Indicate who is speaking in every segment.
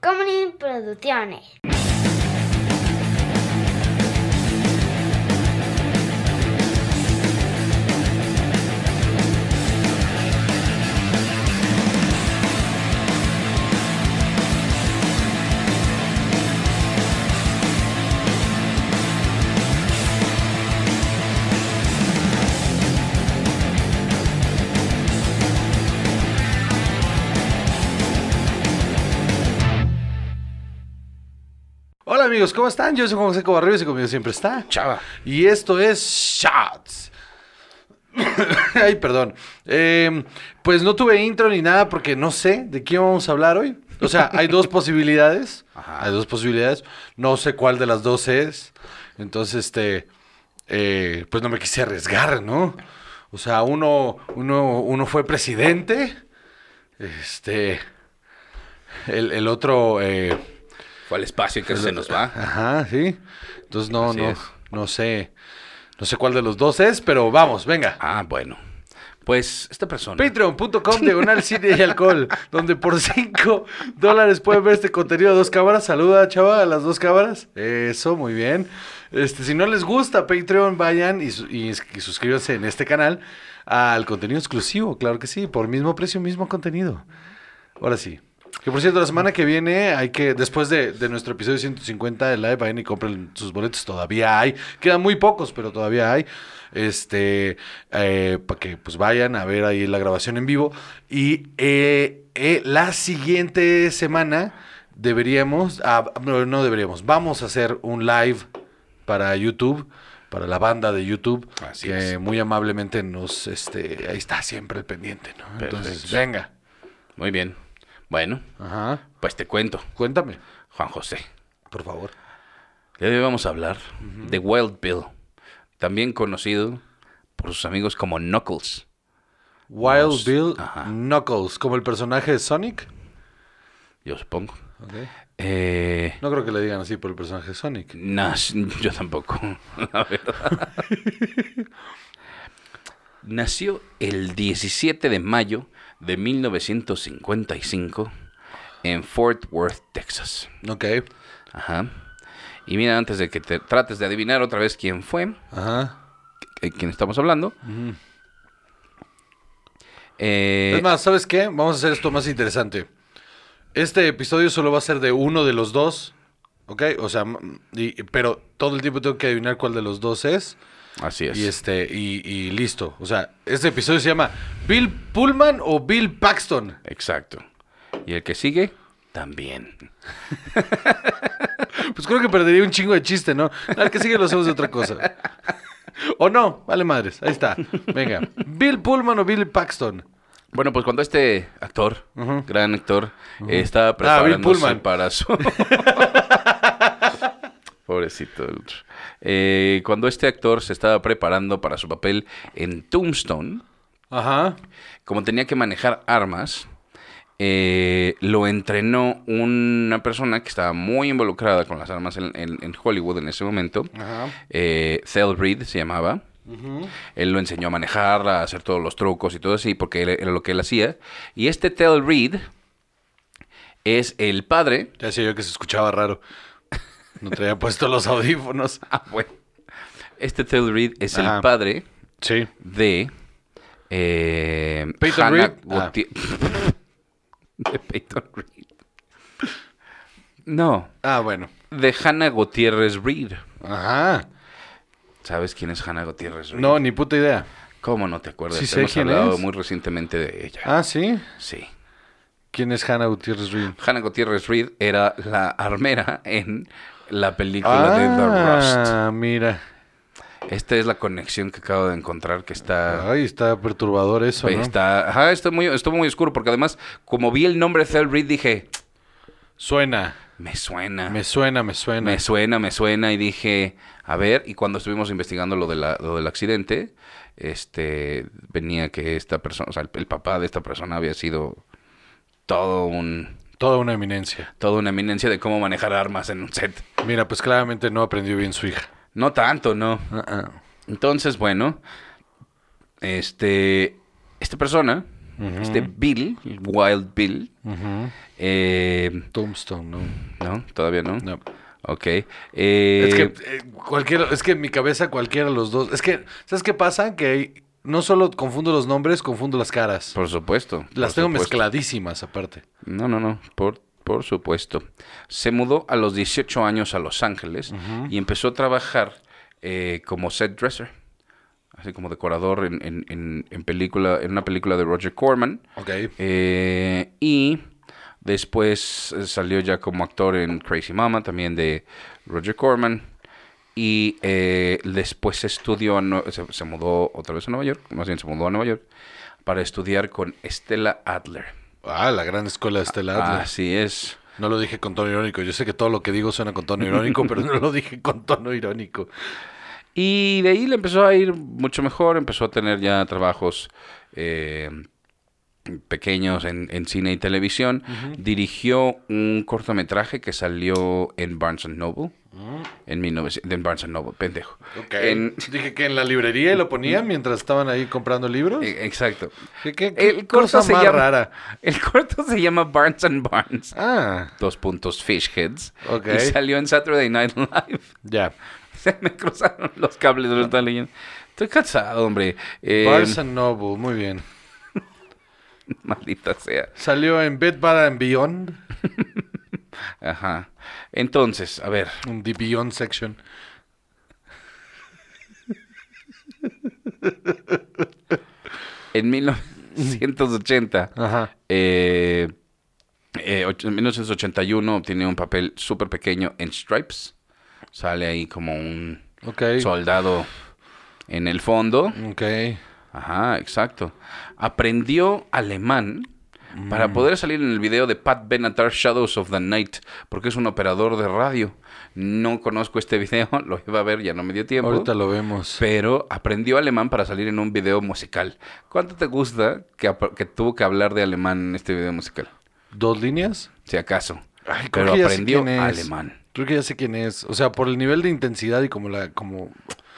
Speaker 1: Comedy Producciones.
Speaker 2: Hola amigos, ¿cómo están? Yo soy José Cobarrios y conmigo siempre está Chava. Y esto es Shots. Ay, perdón. Eh, pues no tuve intro ni nada porque no sé de quién vamos a hablar hoy. O sea, hay dos posibilidades. Hay dos posibilidades. No sé cuál de las dos es. Entonces, este, eh, pues no me quise arriesgar, ¿no? O sea, uno, uno, uno fue presidente. Este, el, el otro... eh,
Speaker 3: Fue al espacio que se nos va.
Speaker 2: Pues, Ajá, sí. Entonces no,
Speaker 3: Así
Speaker 2: no,
Speaker 3: es.
Speaker 2: no sé. No sé cuál de los dos es, pero vamos, venga.
Speaker 3: Ah, bueno. Pues esta persona.
Speaker 2: Patreon.com diagonal cine y alcohol, donde por 5 dólares pueden ver este contenido a dos cámaras. Saluda, chava, a las dos cámaras. Eso, muy bien. Este, si no les gusta Patreon, vayan y, su- y ins- y suscríbanse en este canal al contenido exclusivo, claro que sí, por mismo precio, mismo contenido. Ahora sí. Que por cierto, la semana que viene hay que, después de, de nuestro episodio 150 de live, vayan y compren sus boletos. Todavía hay. Quedan muy pocos, pero todavía hay. Este, para que pues vayan a ver ahí la grabación en vivo. Y eh, eh, la siguiente semana deberíamos, ah, no, no deberíamos, vamos a hacer un live para YouTube. Para la banda de YouTube,
Speaker 3: Así
Speaker 2: que
Speaker 3: es.
Speaker 2: muy amablemente nos, este, ahí está siempre el pendiente, ¿no? Entonces,
Speaker 3: Perfecto.
Speaker 2: venga.
Speaker 3: Muy bien. Bueno,
Speaker 2: Ajá.
Speaker 3: pues te cuento,
Speaker 2: Cuéntame,
Speaker 3: Juan José.
Speaker 2: por favor.
Speaker 3: De hoy vamos a hablar de Wild Bill, también conocido por sus amigos como Knuckles.
Speaker 2: Wild
Speaker 3: Nos-
Speaker 2: Bill
Speaker 3: ajá.
Speaker 2: Knuckles, como el personaje de Sonic.
Speaker 3: Yo supongo. Eh,
Speaker 2: No creo que le digan así por el personaje de Sonic.
Speaker 3: nah, yo tampoco, la verdad. Nació el 17 de mayo de 1955 en Fort Worth, Texas.
Speaker 2: Ok.
Speaker 3: Ajá. Y mira, antes de que te trates de adivinar otra vez quién fue,
Speaker 2: Ajá.
Speaker 3: eh, quién estamos hablando. Eh,
Speaker 2: es más, ¿sabes qué? Vamos a hacer esto más interesante. Este episodio solo va a ser de uno de los dos. ¿Ok? O sea, m- y- pero todo el tiempo tengo que adivinar cuál de los dos es.
Speaker 3: así es.
Speaker 2: Y este, y, y listo. O sea, este episodio se llama Bill Pullman o Bill Paxton.
Speaker 3: Exacto. Y el que sigue, también.
Speaker 2: Pues creo que perdería un chingo de chiste, ¿no? Al que sigue lo hacemos de otra cosa. O no, vale madres, ahí está. Venga, Bill Pullman o Bill Paxton.
Speaker 3: Bueno, pues cuando este actor,
Speaker 2: Ujú.
Speaker 3: gran actor, eh, estaba
Speaker 2: Ah, Bill
Speaker 3: preparándose
Speaker 2: Pullman.
Speaker 3: para su... Pobrecito. el otro. Eh, cuando este actor se estaba preparando para su papel en Tombstone,
Speaker 2: Ajá.
Speaker 3: como tenía que manejar armas, eh, lo entrenó una persona que estaba muy involucrada con las armas en, en- en Hollywood en ese momento.
Speaker 2: Ajá.
Speaker 3: Eh, Thel Reed se llamaba. Él lo enseñó a manejar, a hacer todos los trucos y todo así, porque él- era lo que él hacía. Y este Thel Reed es el padre.
Speaker 2: Ya sé yo que se escuchaba raro. No traía puesto los audífonos.
Speaker 3: Ah, bueno. Este Thel Reed es
Speaker 2: Ajá.
Speaker 3: el padre
Speaker 2: Sí.
Speaker 3: de eh,
Speaker 2: Peyton
Speaker 3: Hannah
Speaker 2: Reed. Ah.
Speaker 3: Guti- de Peyton Reed. No,
Speaker 2: Ah, bueno.
Speaker 3: de Hannah Gutiérrez Reed.
Speaker 2: Ajá.
Speaker 3: ¿Sabes quién es Hannah Gutiérrez Reed?
Speaker 2: No, ni puta idea.
Speaker 3: ¿Cómo no te acuerdas?
Speaker 2: Sí sé
Speaker 3: Hemos
Speaker 2: quién
Speaker 3: hablado
Speaker 2: es.
Speaker 3: muy recientemente de ella.
Speaker 2: Ah, sí.
Speaker 3: Sí.
Speaker 2: ¿Quién es Hannah Gutiérrez Reed?
Speaker 3: Hannah Gutiérrez Reed era la armera en la película de The Rust.
Speaker 2: Ah, mira.
Speaker 3: Esta es la conexión que acabo de encontrar que está...
Speaker 2: Ay, está perturbador Ah, eso, ¿no?
Speaker 3: Está, ajá, está muy, estuvo muy oscuro porque además, como vi el nombre de Thel Reed, dije,
Speaker 2: Suena.
Speaker 3: me suena.
Speaker 2: Me suena, me suena.
Speaker 3: Me suena, me suena y dije, a ver, y cuando estuvimos investigando lo, de la- lo del accidente, este, venía que esta persona, o sea, el, el papá de esta persona había sido todo un,
Speaker 2: Toda una eminencia.
Speaker 3: toda una eminencia de cómo manejar armas en un set.
Speaker 2: Mira, pues claramente no aprendió bien su hija.
Speaker 3: No tanto, no. ah. Entonces, bueno, este, esta persona este Bill, Wild Bill,
Speaker 2: Ujú.
Speaker 3: eh,
Speaker 2: Tombstone, no.
Speaker 3: ¿no? Todavía no.
Speaker 2: No.
Speaker 3: Ok. eh,
Speaker 2: es que eh, cualquiera, es que en mi cabeza cualquiera de los dos. Es que, ¿sabes qué pasa? Que hay- no solo confundo los nombres, confundo las caras.
Speaker 3: por supuesto.
Speaker 2: las
Speaker 3: por
Speaker 2: tengo
Speaker 3: supuesto.
Speaker 2: mezcladísimas aparte.
Speaker 3: No, no, no, por, por supuesto. Se mudó a los 18 años a Los Ángeles y empezó a trabajar eh, como set dresser, así como decorador en, en- en- en película, en una película de Roger Corman.
Speaker 2: Ok.
Speaker 3: Eh, y después eh, salió ya como actor en Crazy Mama, también de Roger Corman. Y eh, después estudió, a Nue- se, se mudó otra vez a Nueva York, más bien se mudó a Nueva York, para estudiar con Stella Adler.
Speaker 2: Ah, la gran escuela de Estela Atlas.
Speaker 3: Así es.
Speaker 2: No lo dije con tono irónico. Yo sé que todo lo que digo suena con tono irónico, pero no lo dije con tono irónico.
Speaker 3: Y de ahí le empezó a ir mucho mejor, empezó a tener ya trabajos eh, pequeños en, en cine y televisión. Dirigió un cortometraje que salió en Barnes and Noble. En 1900 en Barnes and Noble, pendejo. En-
Speaker 2: Dije que en la librería lo ponían mientras estaban ahí comprando libros.
Speaker 3: e- exacto.
Speaker 2: ¿Qué, qué- qué
Speaker 3: El corto,
Speaker 2: cosa
Speaker 3: se
Speaker 2: más
Speaker 3: llama,
Speaker 2: rara?
Speaker 3: el corto se llama Barnes and Barnes.
Speaker 2: Ah,
Speaker 3: Dos puntos Fishheads.
Speaker 2: Ok.
Speaker 3: Y salió en Saturday Night Live.
Speaker 2: ya.
Speaker 3: Se me cruzaron los cables de lo que estaba leyendo. Estoy cansado, hombre. Eh,
Speaker 2: Barnes and Noble, muy bien.
Speaker 3: Maldita sea.
Speaker 2: Salió en Bed Bath and Beyond,
Speaker 3: Ajá. Entonces, a ver.
Speaker 2: en The Beyond Section.
Speaker 3: En 1980,
Speaker 2: Ajá.
Speaker 3: eh, eh, och- en 1981 obtiene un papel súper pequeño en Stripes. Sale ahí como un
Speaker 2: Ok.
Speaker 3: soldado en el fondo.
Speaker 2: Ok.
Speaker 3: Ajá, exacto. Aprendió alemán
Speaker 2: Mm.
Speaker 3: para poder salir en el video de Pat Benatar Shadows of the Night, porque es un operador de radio. No conozco este video, lo iba a ver, ya no me dio tiempo.
Speaker 2: Ahorita lo vemos.
Speaker 3: Pero aprendió alemán para salir en un video musical. ¿Cuánto te gusta que, ap- que tuvo que hablar de alemán en este video musical?
Speaker 2: ¿Dos líneas?
Speaker 3: Si acaso.
Speaker 2: Ay, creo
Speaker 3: Pero
Speaker 2: que ya sé
Speaker 3: aprendió
Speaker 2: quién es.
Speaker 3: alemán.
Speaker 2: Creo que ya sé quién es. O sea, por el nivel de intensidad y como la... como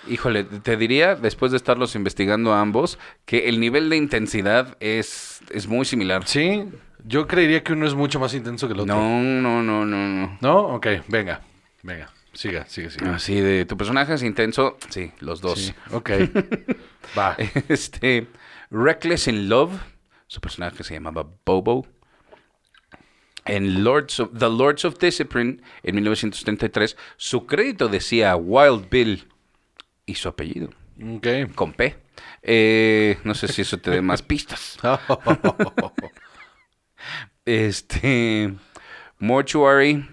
Speaker 3: Híjole, te diría, después de estarlos investigando a ambos, que el nivel de intensidad es, es muy similar.
Speaker 2: Sí, yo creería que uno es mucho más intenso que el otro.
Speaker 3: No, no, no, no, no.
Speaker 2: ¿No? Ok, venga, venga. Siga, siga, siga.
Speaker 3: Así de, tu personaje es intenso. Sí, los Ah, dos.
Speaker 2: Sí, ok. Va.
Speaker 3: Este, Reckless in Love, su personaje se llamaba Bobo. En Lords of, The Lords of Discipline, en 1973, su crédito decía Wild Bill y su apellido,
Speaker 2: Ok.
Speaker 3: con P. Eh, no sé si eso te dé más pistas. Este, Mortuary,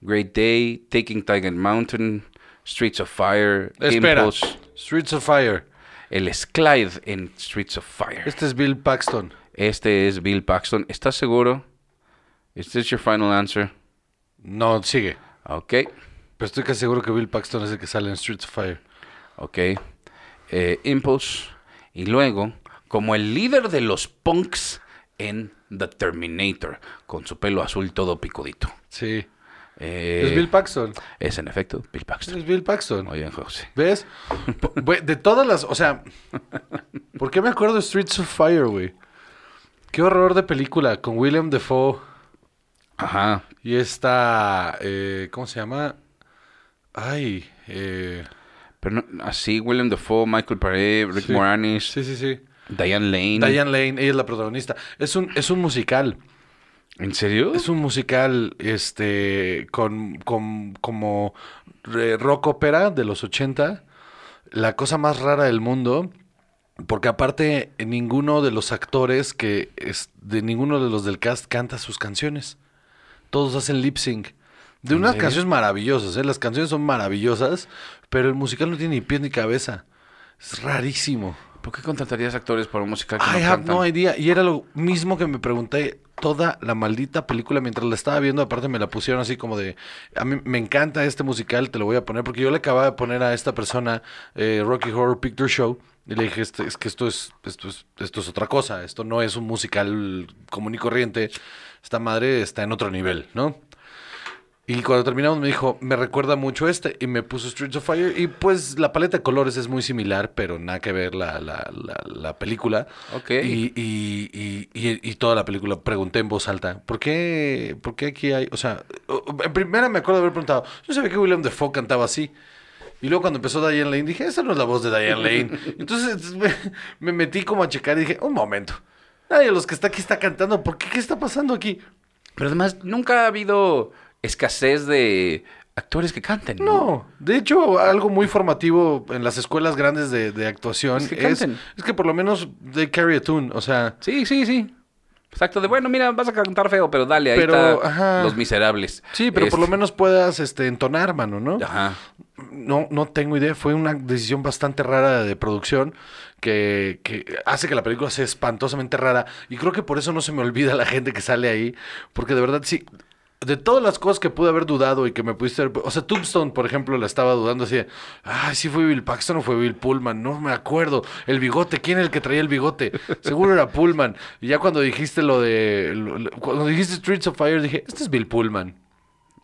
Speaker 3: Great Day, Taking Tiger Mountain, Streets of Fire,
Speaker 2: Espera.
Speaker 3: Impulse,
Speaker 2: Streets of Fire.
Speaker 3: El Sclyde en Streets of Fire.
Speaker 2: Este es Bill Paxton.
Speaker 3: Este es Bill Paxton. ¿Estás seguro? ¿Es this your final answer?
Speaker 2: No, sigue.
Speaker 3: Ok,
Speaker 2: Pero estoy casi seguro que Bill Paxton es el que sale en Streets of Fire.
Speaker 3: ok. Eh, Impulse. Y luego, como el líder de los punks en The Terminator, con su pelo azul todo picudito.
Speaker 2: Sí.
Speaker 3: Eh,
Speaker 2: es Bill Paxton.
Speaker 3: es, en efecto Bill Paxton.
Speaker 2: Es Bill Paxton.
Speaker 3: Oye, José.
Speaker 2: ¿Ves? Po- güey, De todas las. O sea. ¿Por qué me acuerdo de Streets of Fire, güey? Qué horror de película con William Defoe.
Speaker 3: Ajá.
Speaker 2: Y esta, eh, ¿cómo se llama? Ay, eh,
Speaker 3: Pero no- así, William Dafoe, Michael Paré, Rick
Speaker 2: Sí.
Speaker 3: Moranis,
Speaker 2: sí, sí, sí.
Speaker 3: Diane Lane.
Speaker 2: Diane Lane, ella es la protagonista. Es un, es un musical.
Speaker 3: ¿En serio?
Speaker 2: Es un musical, este, con, con como re- rock ópera de los 80. La cosa más rara del mundo. Porque aparte, ninguno de los actores que es, de ninguno de los del cast canta sus canciones. Todos hacen lip sync. De
Speaker 3: ¿En
Speaker 2: unas
Speaker 3: serio?
Speaker 2: canciones maravillosas, ¿eh? Las canciones son maravillosas, pero el musical no tiene ni pies ni cabeza. Es rarísimo.
Speaker 3: ¿Por qué contratarías actores para un musical que
Speaker 2: I
Speaker 3: no
Speaker 2: have
Speaker 3: cantan?
Speaker 2: no idea. Y era lo mismo que me pregunté toda la maldita película mientras la estaba viendo. Aparte me la pusieron así como de, a mí me encanta este musical, te lo voy a poner. Porque yo le acababa de poner a esta persona eh, Rocky Horror Picture Show. Y le dije, "Este- es que esto es, esto es, esto es otra cosa. Esto no es un musical común y corriente. Esta madre está en otro nivel, ¿no? Y cuando terminamos me dijo, me recuerda mucho este. Y me puso Streets of Fire. Y pues la paleta de colores es muy similar, pero nada que ver la, la, la, la película.
Speaker 3: Ok.
Speaker 2: Y, y, y, y- y toda la película pregunté en voz alta, ¿por qué, por qué aquí hay...? O sea, en primera me acuerdo de haber preguntado, yo sabía que William Defoe cantaba así. Y luego cuando empezó Diane Lane dije, esa no es la voz de Diane Lane. Entonces me, me metí como a checar y dije, un momento. Nadie de los que está aquí está cantando, ¿por qué? ¿Qué está pasando aquí?
Speaker 3: Pero además, nunca ha habido escasez de actores que canten. No.
Speaker 2: No, de hecho, algo muy formativo en las escuelas grandes de, de actuación
Speaker 3: Es
Speaker 2: es
Speaker 3: que
Speaker 2: que, es,
Speaker 3: canten.
Speaker 2: que por lo menos they carry a tune, o sea...
Speaker 3: Sí, sí, sí. Exacto, de bueno, mira, vas a cantar feo, pero dale, ahí
Speaker 2: Pero,
Speaker 3: está
Speaker 2: ajá.
Speaker 3: Los Miserables.
Speaker 2: Sí, pero por
Speaker 3: Este,
Speaker 2: lo menos puedas este, entonar, mano, ¿no?
Speaker 3: Ajá.
Speaker 2: No, no tengo idea. Fue una decisión bastante rara de producción que, que hace que la película sea espantosamente rara. Y creo que por eso no se me olvida la gente que sale ahí. Porque de verdad, sí. De todas las cosas que pude haber dudado y que me pudiste haber... O sea, Tombstone, por ejemplo, la estaba dudando así de... Ay, sí fue Bill Paxton o fue Bill Pullman. No me acuerdo. El bigote. ¿Quién era el que traía el bigote? Seguro era Pullman. Y ya cuando dijiste lo de... lo- lo- cuando dijiste Streets of Fire, dije... Este es Bill Pullman.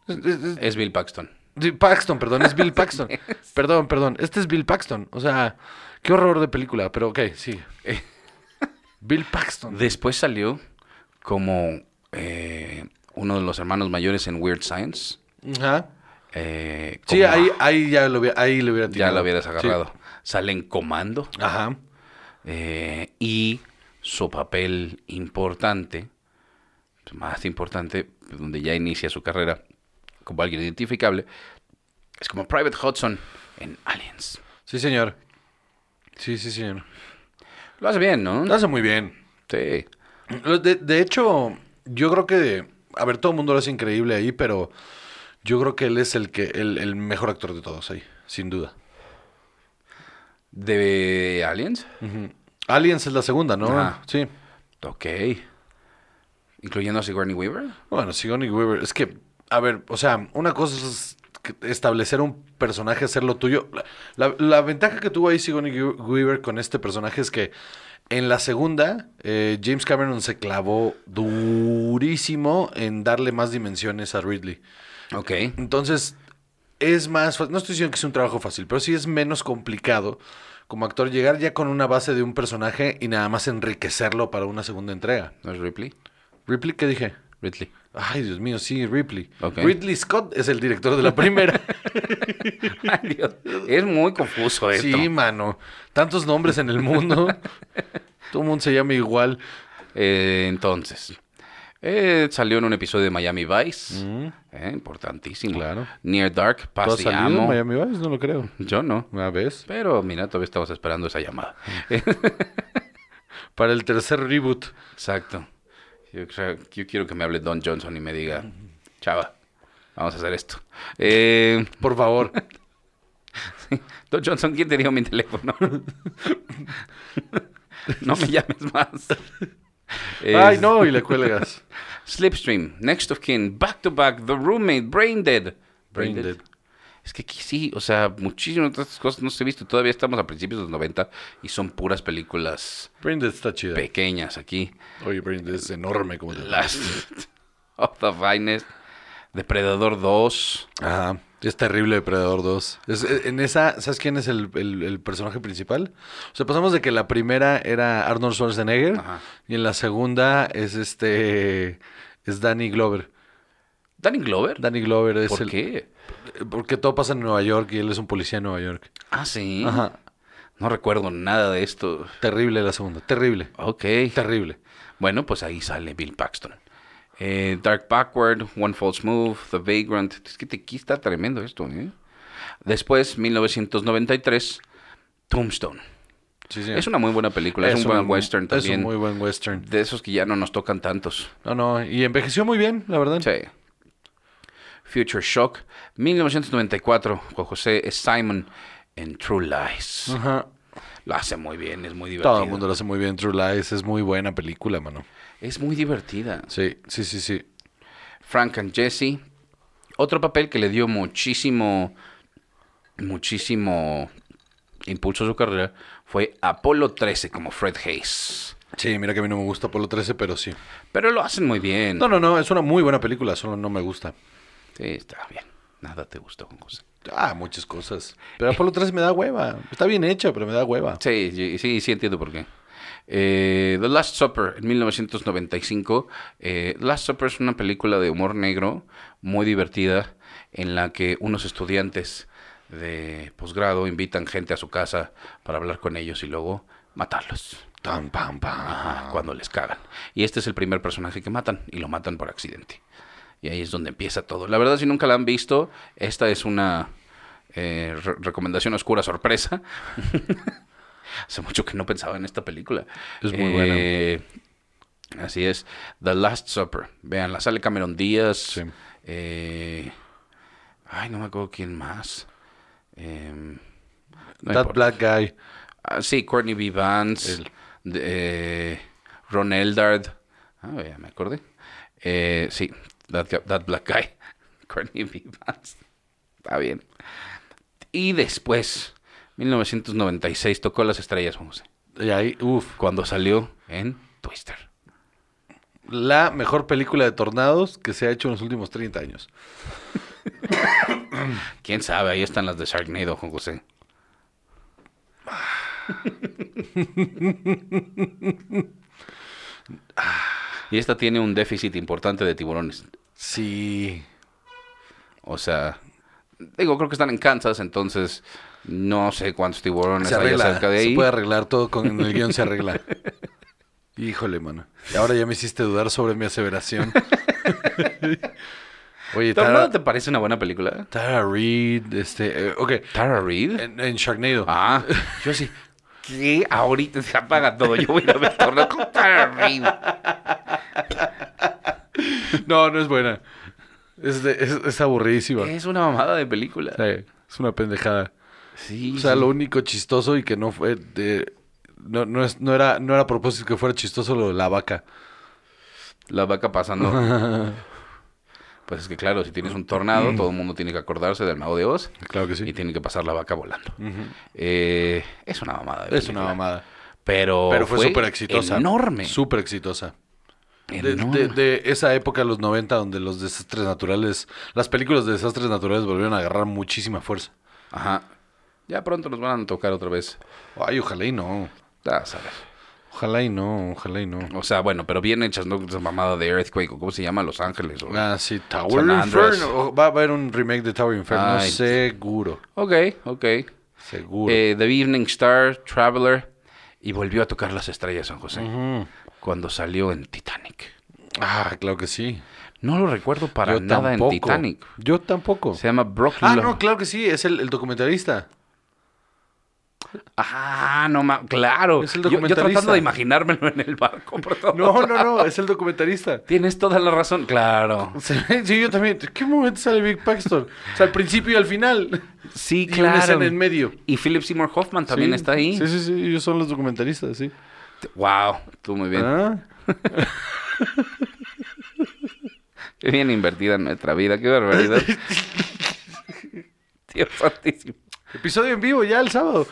Speaker 2: Es- es- es-
Speaker 3: Es Bill Paxton.
Speaker 2: Sí, Paxton, perdón, es Bill Paxton. perdón, perdón, este es Bill Paxton. O sea, qué horror de película, pero ok, sí.
Speaker 3: Eh.
Speaker 2: Bill Paxton.
Speaker 3: Después salió como eh, uno de los hermanos mayores en Weird Science.
Speaker 2: Ajá.
Speaker 3: Eh,
Speaker 2: Sí,
Speaker 3: como-
Speaker 2: ahí, ahí ya lo hubiera, ahí lo hubiera
Speaker 3: ya
Speaker 2: tirado.
Speaker 3: lo hubieras
Speaker 2: Sí.
Speaker 3: agarrado. Sale en Comando.
Speaker 2: Ajá.
Speaker 3: eh, y su papel importante, pues, más importante, donde ya inicia su carrera como alguien identificable, es como Private Hudson en Aliens.
Speaker 2: Sí, señor. Sí, sí, señor.
Speaker 3: Lo hace bien, ¿no?
Speaker 2: Lo hace muy bien.
Speaker 3: Sí.
Speaker 2: Lo- De, de hecho, yo creo que. A ver, todo el mundo lo hace increíble ahí, pero yo creo que él es el que el, el mejor actor de todos ahí, sin duda.
Speaker 3: ¿De Aliens?
Speaker 2: Ujú. Aliens es la segunda, ¿no?
Speaker 3: Ajá.
Speaker 2: Sí.
Speaker 3: Ok. ¿Incluyendo a Sigourney Weaver?
Speaker 2: Bueno, Sigourney Weaver, es que, a ver, o sea, una cosa es que- establecer un personaje, hacerlo tuyo. La, la- la ventaja que tuvo ahí Sigourney Wea- Weaver con este personaje es que en la segunda, eh, James Cameron se clavó durísimo en darle más dimensiones a Ridley.
Speaker 3: Ok.
Speaker 2: Entonces, es más fácil. No estoy diciendo que sea un trabajo fácil, pero sí es menos complicado como actor llegar ya con una base de un personaje y nada más enriquecerlo para una segunda entrega.
Speaker 3: ¿No es Ripley?
Speaker 2: Ripley, ¿qué dije?
Speaker 3: Ripley.
Speaker 2: Ay, Dios mío, sí, Ripley.
Speaker 3: Ok.
Speaker 2: Ridley Scott es el director de la primera.
Speaker 3: Ay, Dios. Es muy confuso esto.
Speaker 2: sí, mano. Tantos nombres en el mundo. Todo el mundo se llama igual.
Speaker 3: Eh, entonces, eh, salió en un episodio de Miami
Speaker 2: Mm.
Speaker 3: Vice. Eh, importantísimo.
Speaker 2: Claro.
Speaker 3: Near Dark,
Speaker 2: ¿Tú
Speaker 3: Paz
Speaker 2: has
Speaker 3: y
Speaker 2: salido en
Speaker 3: Amo. Ah,
Speaker 2: Miami Vice? No lo creo.
Speaker 3: Yo no.
Speaker 2: Una vez.
Speaker 3: Pero mira, todavía estamos esperando esa llamada.
Speaker 2: Para el tercer reboot.
Speaker 3: Exacto. Yo, creo- yo quiero que me hable Don Johnson y me diga, chava, vamos a hacer esto. Eh,
Speaker 2: Por favor.
Speaker 3: Don Johnson, ¿quién te dio mi teléfono? no me llames más.
Speaker 2: Ay,
Speaker 3: Es-
Speaker 2: no, y le cuelgas.
Speaker 3: Slipstream, Next of Kin, Back to Back, The Roommate, Brain Dead.
Speaker 2: Brain Dead.
Speaker 3: Es que aquí sí, o sea, muchísimas de estas cosas no se han visto. Todavía estamos a principios de los 90 y son puras películas
Speaker 2: Brinded está chida.
Speaker 3: pequeñas aquí.
Speaker 2: Oye, Brinded es enorme como te-
Speaker 3: Last of the Finest, Depredador 2.
Speaker 2: Ajá. Es terrible Depredador 2. Es- eh, en esa, ¿sabes quién es el, el- el personaje principal? O sea, pasamos de que la primera era Arnold Schwarzenegger
Speaker 3: Ajá.
Speaker 2: y en la segunda es este es Danny Glover.
Speaker 3: Danny Glover.
Speaker 2: Danny Glover es
Speaker 3: ¿Por
Speaker 2: el
Speaker 3: qué?
Speaker 2: porque todo pasa en Nueva York y él es un policía en Nueva York.
Speaker 3: Ah, sí.
Speaker 2: Ajá.
Speaker 3: No recuerdo nada de esto.
Speaker 2: Terrible la segunda, terrible,
Speaker 3: Ok.
Speaker 2: terrible.
Speaker 3: Bueno, pues ahí sale Bill Paxton. Eh, Dark Backward, One False Move, The Vagrant. Es que te- aquí está tremendo esto, ¿eh? Después, 1993, Tombstone.
Speaker 2: Sí, señor.
Speaker 3: Es una muy buena película, es,
Speaker 2: Es
Speaker 3: un buen
Speaker 2: un-
Speaker 3: western también.
Speaker 2: Es un muy buen western.
Speaker 3: De esos que ya no nos tocan tantos.
Speaker 2: No, no, y envejeció muy bien, la verdad.
Speaker 3: Sí. Future Shock, 1994, Juan José Simon en True Lies.
Speaker 2: Ajá.
Speaker 3: Lo hace muy bien, es muy divertido.
Speaker 2: Ah. Todo el mundo lo hace muy bien. True Lies es muy buena película, mano.
Speaker 3: Es muy divertida.
Speaker 2: Sí, sí, sí, sí.
Speaker 3: Frank and Jesse. Otro papel que le dio muchísimo, muchísimo impulso a su carrera fue Apolo 13 como Fred Hayes.
Speaker 2: Sí, mira que a mí no me gusta Apolo 13, pero sí.
Speaker 3: Pero lo hacen muy bien.
Speaker 2: No, no, no, es una muy buena película, solo no me gusta.
Speaker 3: Sí, está bien. Nada te gustó con José.
Speaker 2: Ah, muchas cosas. Pero Apolo 13 me da hueva. Está bien hecha, pero me da hueva.
Speaker 3: Sí, sí, sí, sí entiendo por qué. Eh, The Last Supper, en 1995. Eh, The Last Supper es una película de humor negro muy divertida en la que unos estudiantes de posgrado invitan gente a su casa para hablar con ellos y luego matarlos.
Speaker 2: Tan, pam, pam.
Speaker 3: Ajá, cuando les cagan. Y este es el primer personaje que matan y lo matan por accidente. Y ahí es donde empieza todo. La verdad, si nunca la han visto, esta es una eh, re- recomendación oscura sorpresa. Hace mucho que no pensaba en esta película.
Speaker 2: Es muy
Speaker 3: Eh, Así es. The Last Supper. Vean, la sale Cameron Díaz.
Speaker 2: Sí.
Speaker 3: Eh, ay, no me acuerdo quién más. Em, no
Speaker 2: That
Speaker 3: importa.
Speaker 2: Black Guy.
Speaker 3: Ah, sí, Courtney B. Vance,
Speaker 2: Él.
Speaker 3: de- eh, Ron Eldard. Ah, ya me acordé. Eh, sí, that, Guy- That Black Guy. Courtney B. Vance. Está bien. Y después, 1996, tocó las estrellas, José.
Speaker 2: Y ahí, uff.
Speaker 3: Cuando salió en Twister.
Speaker 2: La mejor película de tornados que se ha hecho en los últimos 30 años.
Speaker 3: Quién sabe, ahí están las de Sharknado, Juan José. Y esta tiene un déficit importante de tiburones.
Speaker 2: Sí.
Speaker 3: O sea, digo, creo que están en Kansas, entonces no sé cuántos tiburones
Speaker 2: Se
Speaker 3: hay
Speaker 2: arregla.
Speaker 3: cerca de ahí.
Speaker 2: Se puede arreglar todo con el guión, se arregla. Híjole, mano. Y ahora ya me hiciste dudar sobre mi aseveración. Oye,
Speaker 3: ¿Tornado
Speaker 2: Tara,
Speaker 3: te parece una buena película?
Speaker 2: Tara Reid, este. eh, ok,
Speaker 3: ¿Tara Reid?
Speaker 2: en, en Sharknado.
Speaker 3: Ah, yo sí. ¿Qué? Ahorita se apaga todo. Yo voy a ir a ver Tornado con Tara Reid.
Speaker 2: No, no es buena. Es, de- es, es aburridísima.
Speaker 3: Es una mamada de película.
Speaker 2: Sí, es una pendejada.
Speaker 3: Sí.
Speaker 2: O sea,
Speaker 3: sí.
Speaker 2: lo único chistoso y que no fue de- no, no, es, no, era, no era a propósito que fuera chistoso lo de la vaca.
Speaker 3: La vaca pasando. pues es que claro, si tienes un tornado, todo el mundo tiene que acordarse del mago de Oz
Speaker 2: Claro que sí.
Speaker 3: y tiene que pasar la vaca volando. Eh, es una mamada. de
Speaker 2: Es una
Speaker 3: película.
Speaker 2: mamada.
Speaker 3: Pero,
Speaker 2: Pero fue súper exitosa.
Speaker 3: Enorme.
Speaker 2: Súper exitosa. De,
Speaker 3: enorme.
Speaker 2: de- de esa época, los 90, donde los desastres naturales, las películas de desastres naturales volvieron a agarrar muchísima fuerza.
Speaker 3: Ajá. Ya pronto nos van a tocar otra vez.
Speaker 2: Ay, ojalá y no.
Speaker 3: Ya sabes.
Speaker 2: Ojalá y no, ojalá y no.
Speaker 3: O sea, bueno, pero bien hechas, ¿no? Esa mamada de Earthquake, o ¿cómo se llama? Los Ángeles. o-
Speaker 2: Ah, sí, Tower
Speaker 3: San Andreas.
Speaker 2: Inferno. O- Va a haber un remake de Tower Inferno,
Speaker 3: Ay.
Speaker 2: seguro.
Speaker 3: Ok, ok.
Speaker 2: Seguro.
Speaker 3: Eh, The Evening Star, Traveler. Y volvió a tocar las estrellas San José. Cuando salió en Titanic.
Speaker 2: Mm. Ah, claro que sí.
Speaker 3: No lo recuerdo para
Speaker 2: Yo
Speaker 3: nada
Speaker 2: tampoco.
Speaker 3: en Titanic.
Speaker 2: Yo tampoco.
Speaker 3: Se llama Brock
Speaker 2: ah,
Speaker 3: Lo-
Speaker 2: no, claro que sí, es el, el documentarista.
Speaker 3: Ah, no ma- claro.
Speaker 2: Es el
Speaker 3: Yo- yo,
Speaker 2: documentalista.
Speaker 3: tratando de imaginármelo en el barco, por favor.
Speaker 2: No, no, no, es el documentarista.
Speaker 3: Tienes toda la razón. Claro.
Speaker 2: Se ve- Sí, yo también. ¿En ¿Qué momento sale Big Paxton? O sea, al principio y al final.
Speaker 3: Sí,
Speaker 2: Y una
Speaker 3: claro.
Speaker 2: escena en medio.
Speaker 3: Y Philip Seymour Hoffman también
Speaker 2: Sí,
Speaker 3: está ahí.
Speaker 2: Sí, sí, sí, ellos son los documentaristas, sí.
Speaker 3: Wow, tú muy bien.
Speaker 2: Ah,
Speaker 3: Qué bien invertida en nuestra vida, qué barbaridad. Dios santísimo.
Speaker 2: Episodio en vivo ya el sábado.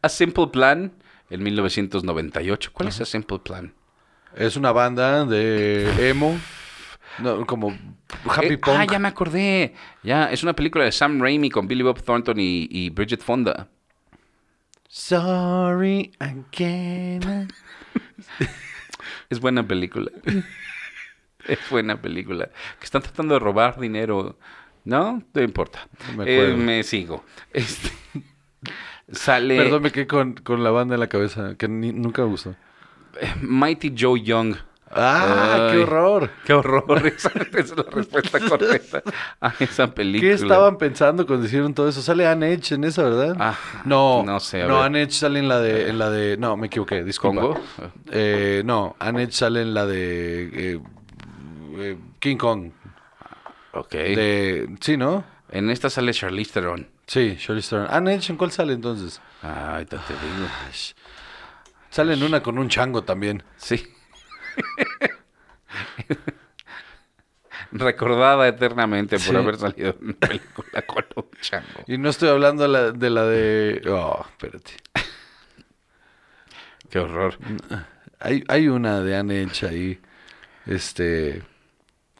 Speaker 3: A Simple Plan en 1998. ¿Cuál es A Simple Plan?
Speaker 2: Es una banda de emo, no, como happy
Speaker 3: Eh,
Speaker 2: punk.
Speaker 3: Ah, ya me acordé. Ya, es una película de Sam Raimi con Billy Bob Thornton y, y Bridget Fonda.
Speaker 2: Sorry, I can't.
Speaker 3: Es buena película. es buena película. Que están tratando de robar dinero. No, no importa.
Speaker 2: No me
Speaker 3: Eh,
Speaker 2: acuerdo.
Speaker 3: me sigo. Este, sale
Speaker 2: Perdón, me quedé con, con la banda en la cabeza, que ni- nunca me gustó.
Speaker 3: Mighty Joe Young.
Speaker 2: ¡Ah, qué
Speaker 3: Ay,
Speaker 2: horror!
Speaker 3: Qué horror. Esa, esa es la respuesta correcta a esa película.
Speaker 2: ¿Qué estaban pensando cuando hicieron todo eso? Sale Anne Edge en esa, ¿verdad?
Speaker 3: Ah,
Speaker 2: no,
Speaker 3: no sé, a
Speaker 2: No,
Speaker 3: ver. Eh.
Speaker 2: Anne Edge sale en la de, en la de, no, me equivoqué, disculpa.
Speaker 3: ¿Congo?
Speaker 2: Eh, no, Anne Edge sale en la de eh, eh, King Kong.
Speaker 3: Ok.
Speaker 2: De, sí, ¿no?
Speaker 3: En esta sale Charlize Theron.
Speaker 2: Sí, Shirley Stern. Anne Edge, ¿en cuál sale entonces?
Speaker 3: Ay, te te digo.
Speaker 2: Sale en una con un chango también.
Speaker 3: Sí. Recordada eternamente por
Speaker 2: Sí.
Speaker 3: haber salido en una película con un chango.
Speaker 2: Y no estoy hablando de la de... La de oh, espérate.
Speaker 3: Qué horror.
Speaker 2: Hay, hay una de Anne Edge ahí, este,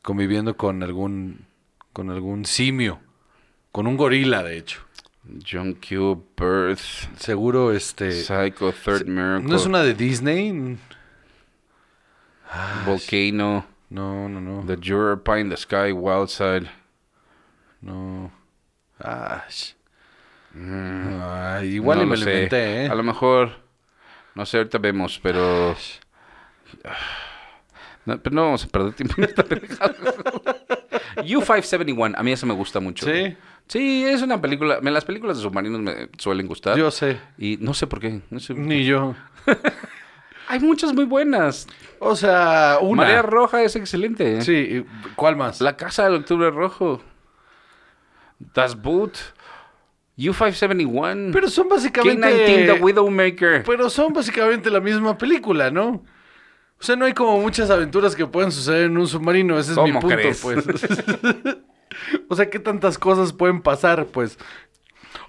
Speaker 2: conviviendo con algún con algún simio, con un gorila, de hecho.
Speaker 3: John Q. Birth.
Speaker 2: Seguro, este...
Speaker 3: Psycho, Third Miracle.
Speaker 2: ¿No es una de Disney?
Speaker 3: Volcano.
Speaker 2: No, no, no.
Speaker 3: The Juror, Pie in the Sky, Wild Side.
Speaker 2: No. Ah, sh- Ay, igual
Speaker 3: No
Speaker 2: y me
Speaker 3: lo
Speaker 2: lo
Speaker 3: sé.
Speaker 2: inventé, ¿eh?
Speaker 3: A lo mejor. No sé, ahorita vemos, pero. No, pero no vamos a perder tiempo en esta pendejada. U571, a mí eso me gusta mucho.
Speaker 2: ¿Sí?
Speaker 3: Sí, es una película. me- Las películas de submarinos me suelen gustar.
Speaker 2: Yo sé.
Speaker 3: Y no sé por qué. no sé por
Speaker 2: Ni yo.
Speaker 3: qué. Hay muchas muy buenas.
Speaker 2: O sea, una.
Speaker 3: Marea Roja es excelente.
Speaker 2: Sí, y- ¿cuál más?
Speaker 3: La Casa del Octubre Rojo. Das Boot. U571.
Speaker 2: Pero son
Speaker 3: K-19 The
Speaker 2: básicamente.
Speaker 3: Widowmaker.
Speaker 2: Pero son básicamente la misma película, ¿no? O sea, no hay como muchas aventuras que pueden suceder en un submarino. Ese es mi
Speaker 3: ¿Cómo
Speaker 2: punto,
Speaker 3: crees?
Speaker 2: pues. o sea, ¿qué tantas cosas pueden pasar, pues?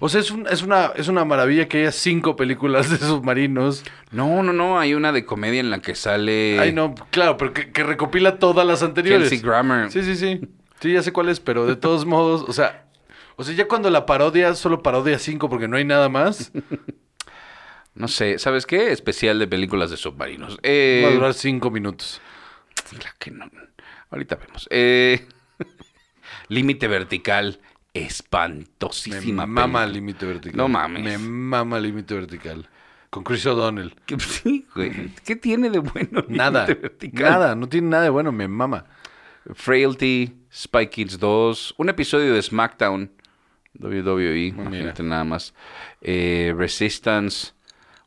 Speaker 2: O sea, es, un- es, una, es una maravilla que haya cinco películas de submarinos.
Speaker 3: No, no, no. Hay una de comedia en la que sale.
Speaker 2: Ay, no, claro, pero que, que recopila todas las anteriores.
Speaker 3: Kelsey Grammer.
Speaker 2: Sí, sí, sí. Sí, ya sé cuál es, pero de todos modos, o sea, o sea, ya cuando la parodia, solo parodia 5 porque no hay nada más,
Speaker 3: No sé. ¿Sabes qué? Especial de películas de submarinos. Eh,
Speaker 2: va a durar 5 minutos.
Speaker 3: la que no- Ahorita vemos. Eh, Límite vertical.
Speaker 2: Me
Speaker 3: Espantosísima.
Speaker 2: mama
Speaker 3: película.
Speaker 2: límite vertical.
Speaker 3: No mames.
Speaker 2: Me mama límite vertical. Con Chris O'Donnell.
Speaker 3: ¿Qué, sí, güey. ¿Qué tiene de bueno?
Speaker 2: Nada.
Speaker 3: Límite vertical?
Speaker 2: Nada, no tiene nada de bueno, me mama.
Speaker 3: Frailty, Spy Kids 2, un episodio de SmackDown, WWE, imagínate nada más. Eh, Resistance,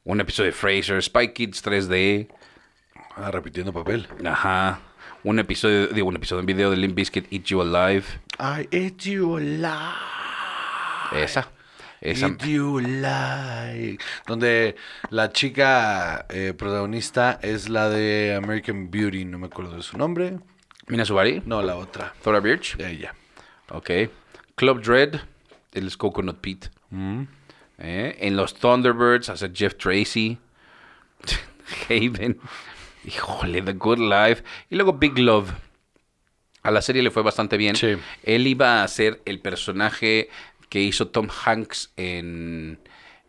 Speaker 3: un episodio de Fraser, Spy Kids 3D,
Speaker 2: Ah, repitiendo papel.
Speaker 3: ajá. Un episodio, digo, un episodio en video de Limp Bizkit, Eat You Alive.
Speaker 2: I eat you alive.
Speaker 3: Esa. Esa.
Speaker 2: Did you like? Donde la chica eh, protagonista es la de American Beauty, no me acuerdo de su nombre.
Speaker 3: Mina Subari,
Speaker 2: No, la otra.
Speaker 3: Thora Birch.
Speaker 2: Ella.
Speaker 3: Ok. Club Dread, el es Coconut Pete. Eh, en los Thunderbirds hace Jeff Tracy. Haven. Híjole, The Good Life. Y luego Big Love. A la serie le fue bastante bien.
Speaker 2: Sí.
Speaker 3: Él iba a ser el personaje que hizo Tom Hanks en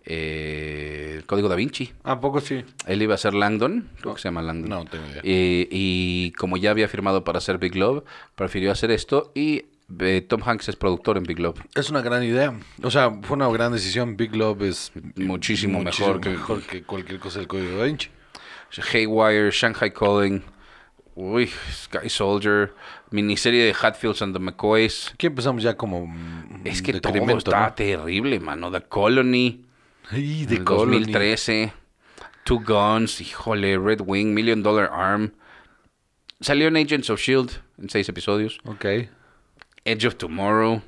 Speaker 3: eh, El Código da Vinci.
Speaker 2: ¿A poco sí?
Speaker 3: Él iba a ser Langdon, creo que se llama Langdon.
Speaker 2: no tengo idea.
Speaker 3: Eh, y como ya había firmado para hacer Big Love, prefirió hacer esto y eh, Tom Hanks es productor en Big Love.
Speaker 2: Es una gran idea. O sea, fue una gran decisión. Big Love es
Speaker 3: Muchísimo, mejor que
Speaker 2: cualquier cosa del código da Vinci.
Speaker 3: Haywire, Shanghai Calling, uy, Sky Soldier, miniserie de Hatfields and the McCoys.
Speaker 2: Aquí empezamos ya como. mm,
Speaker 3: Es que
Speaker 2: de
Speaker 3: todo
Speaker 2: crecimiento,
Speaker 3: está
Speaker 2: ¿no?
Speaker 3: terrible, mano. The Colony,
Speaker 2: Ay,
Speaker 3: de
Speaker 2: de Colony.
Speaker 3: 2013, Two Guns, híjole, Red Wing, Million Dollar Arm. Salió en Agents of Shield E en seis episodios.
Speaker 2: Ok.
Speaker 3: Edge of Tomorrow.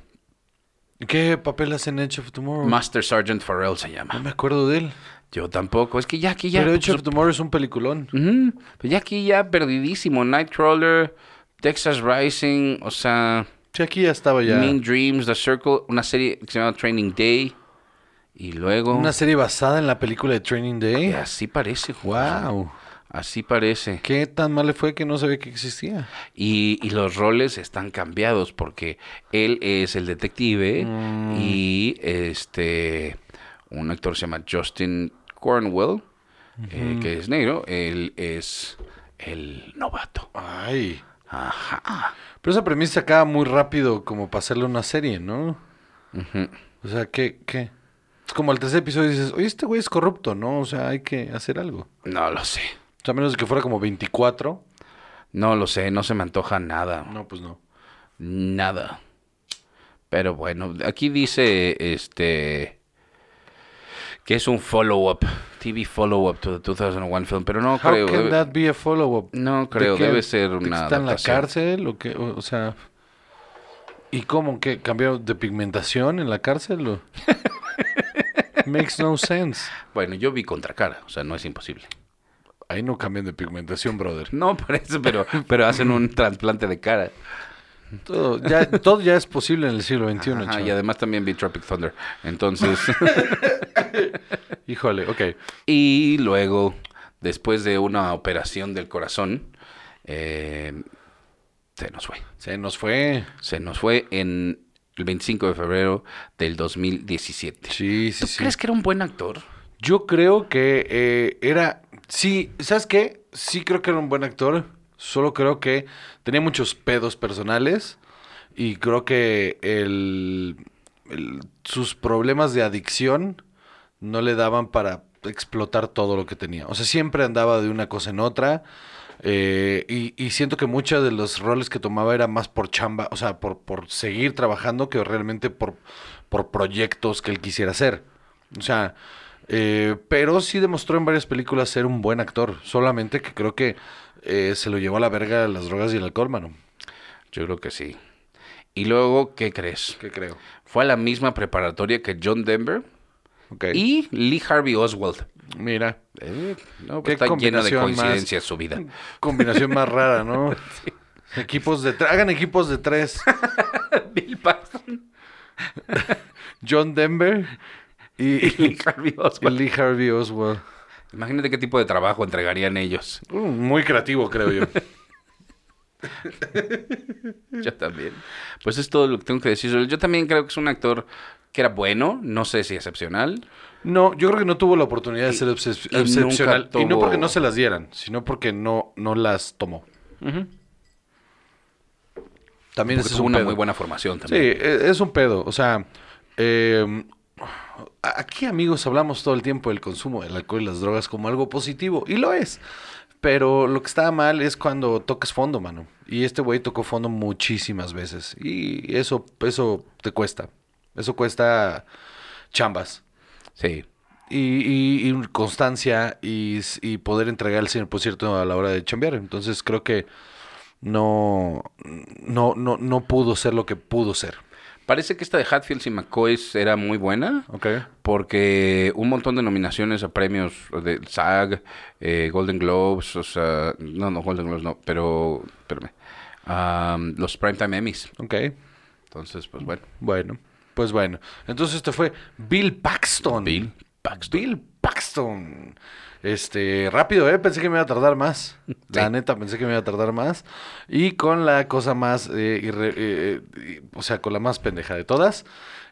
Speaker 2: ¿Qué papel hace en Edge of Tomorrow?
Speaker 3: Master Sergeant Farrell se
Speaker 2: No
Speaker 3: llama.
Speaker 2: me acuerdo de él.
Speaker 3: Yo tampoco. Es que ya aquí ya.
Speaker 2: Pero Edge
Speaker 3: pues,
Speaker 2: of Tomorrow es un peliculón.
Speaker 3: ujú, pues ya aquí ya perdidísimo. Nightcrawler, Texas Rising, o sea,
Speaker 2: Sí, aquí ya estaba ya.
Speaker 3: Mean Dreams, The Circle, una serie que se llama Training Day. Y luego.
Speaker 2: Una serie basada en la película de Training Day.
Speaker 3: Eh, así parece, Juan.
Speaker 2: Wow.
Speaker 3: Así parece.
Speaker 2: ¿Qué tan mal le fue que no sabía que existía?
Speaker 3: Y, y los roles están cambiados porque él es el detective
Speaker 2: Mm.
Speaker 3: y este un actor se llama Justin Cornwell, eh, que es negro, él es el novato.
Speaker 2: Ay.
Speaker 3: Ajá.
Speaker 2: Pero esa premisa acaba muy rápido como para hacerle una serie, ¿no?
Speaker 3: Ujú.
Speaker 2: O sea, ¿qué? qué? Es como el tercer episodio y dices, oye, este güey es corrupto, ¿no? O sea, hay que hacer algo.
Speaker 3: No lo sé.
Speaker 2: O sea, a menos que fuera como 24.
Speaker 3: No lo sé, no se me antoja nada.
Speaker 2: No, pues no.
Speaker 3: Nada. Pero bueno, aquí dice este que es un follow-up, TV follow-up to the 2001 film, pero no
Speaker 2: How
Speaker 3: creo. eh,
Speaker 2: can
Speaker 3: debe-
Speaker 2: that be a follow-up?
Speaker 3: No
Speaker 2: ¿De
Speaker 3: creo,
Speaker 2: qué?
Speaker 3: debe ser
Speaker 2: ¿De que
Speaker 3: una
Speaker 2: ¿Está en la
Speaker 3: adaptación.
Speaker 2: cárcel o qué? O, o sea... ¿Y cómo? ¿Qué? ¿Cambiaron de pigmentación en la cárcel? o? Makes no sense.
Speaker 3: Bueno, yo vi contracara, o sea, no es imposible.
Speaker 2: Ahí no cambian de pigmentación, brother.
Speaker 3: No, por eso, pero, pero hacen un trasplante de cara.
Speaker 2: Todo ya, todo ya es posible en el siglo XXI,
Speaker 3: Mm. Ajá,
Speaker 2: chaval.
Speaker 3: y además también vi Tropic Thunder. Entonces,
Speaker 2: Híjole, ok.
Speaker 3: y luego, después de una operación del corazón, eh, se nos fue.
Speaker 2: Se nos fue.
Speaker 3: Se nos fue en el 25 de febrero del 2017.
Speaker 2: Sí, sí,
Speaker 3: ¿Tú
Speaker 2: sí.
Speaker 3: crees que era un buen actor?
Speaker 2: Yo creo que eh, era. Sí, ¿sabes qué? Sí, creo que era un buen actor. Solo creo que tenía muchos pedos personales. Y creo que el, el- sus problemas de adicción no le daban para explotar todo lo que tenía. O sea, siempre andaba de una cosa en otra. eh, y, y siento que muchos de los roles que tomaba era más por chamba, o sea, por, por seguir trabajando que realmente por, por proyectos que él quisiera hacer. O sea, eh, pero sí demostró en varias películas ser un buen actor. Solamente que creo que eh, se lo llevó a la verga las drogas y el alcohol, mano.
Speaker 3: Yo creo que sí. Y luego, ¿qué crees?
Speaker 2: ¿Qué creo?
Speaker 3: Fue a la misma preparatoria que John Denver
Speaker 2: Ok.
Speaker 3: y Lee Harvey Oswald.
Speaker 2: Mira.
Speaker 3: Eh, no,
Speaker 2: Qué
Speaker 3: pues está llena de
Speaker 2: combinación más-
Speaker 3: coincidencias su vida.
Speaker 2: Combinación más rara, ¿no? Equipos de tre- Hagan equipos de tres.
Speaker 3: Bill Paxton
Speaker 2: John Denver y,
Speaker 3: y Lee Harvey
Speaker 2: y
Speaker 3: Oswald.
Speaker 2: Lee Harvey Oswald.
Speaker 3: Imagínate qué tipo de trabajo entregarían ellos.
Speaker 2: Uh, muy creativo, creo yo. Mm.
Speaker 3: Yo también. Pues es todo lo que tengo que decir. Yo también creo que es un actor que era bueno, no sé si excepcional.
Speaker 2: No, yo creo que no tuvo la oportunidad de ser obses-
Speaker 3: y nunca
Speaker 2: excepcional. Y no
Speaker 3: tuvo-
Speaker 2: porque no se las dieran, sino porque no, no las tomó. También
Speaker 3: Porque
Speaker 2: ese es
Speaker 3: tuvo
Speaker 2: un
Speaker 3: una
Speaker 2: pedo.
Speaker 3: muy buena formación
Speaker 2: Sí,
Speaker 3: también.
Speaker 2: e- es un pedo. O sea, eh, aquí amigos hablamos todo el tiempo del consumo del alcohol y las drogas como algo positivo. Y lo es. Pero lo que está mal es cuando tocas fondo, mano. Y este güey tocó fondo muchísimas veces. Y eso, eso te cuesta. Eso cuesta chambas.
Speaker 3: Sí.
Speaker 2: Y, y- y constancia y, s- y poder entregar el 100% a la hora de chambear. Entonces creo que no, no, no, no pudo ser lo que pudo ser.
Speaker 3: Parece que esta de Hatfields y McCoys era muy buena.
Speaker 2: Okay.
Speaker 3: Porque un montón de nominaciones a premios de SAG, eh, Golden Globes, o sea, no, no, Golden Globes no, pero, espérame, am, los Primetime Emmys.
Speaker 2: Ok,
Speaker 3: Entonces, pues bueno.
Speaker 2: bueno, pues bueno. Entonces este fue Bill Paxton.
Speaker 3: Bill Paxton.
Speaker 2: Bill Paxton. Este, rápido, ¿eh? Pensé que me iba a tardar más. La
Speaker 3: Sí.
Speaker 2: neta, pensé que me iba a tardar más. Y con la cosa más, eh, irre- eh, eh, y- o sea, con la más pendeja de todas,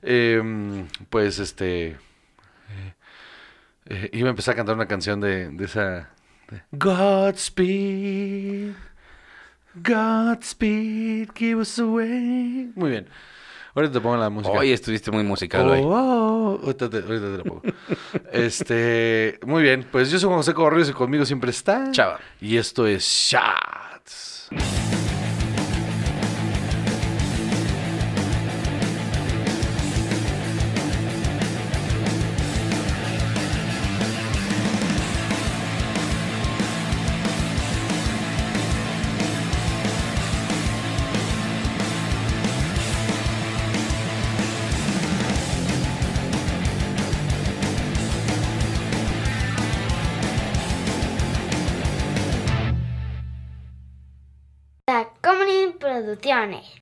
Speaker 2: em, pues este, eh, eh, iba a empezar a cantar una canción de, de esa... de Godspeed, Godspeed, give us away. Muy bien. Ahorita te pongo la música.
Speaker 3: Hoy estuviste muy musical hoy.
Speaker 2: Oh, oh, oh. Ahorita te, ahorita te lo pongo. este, muy bien, pues yo soy Juan José Correos y conmigo siempre está
Speaker 3: Chava.
Speaker 2: Y esto es Shots.
Speaker 1: Tacomunin Producciones.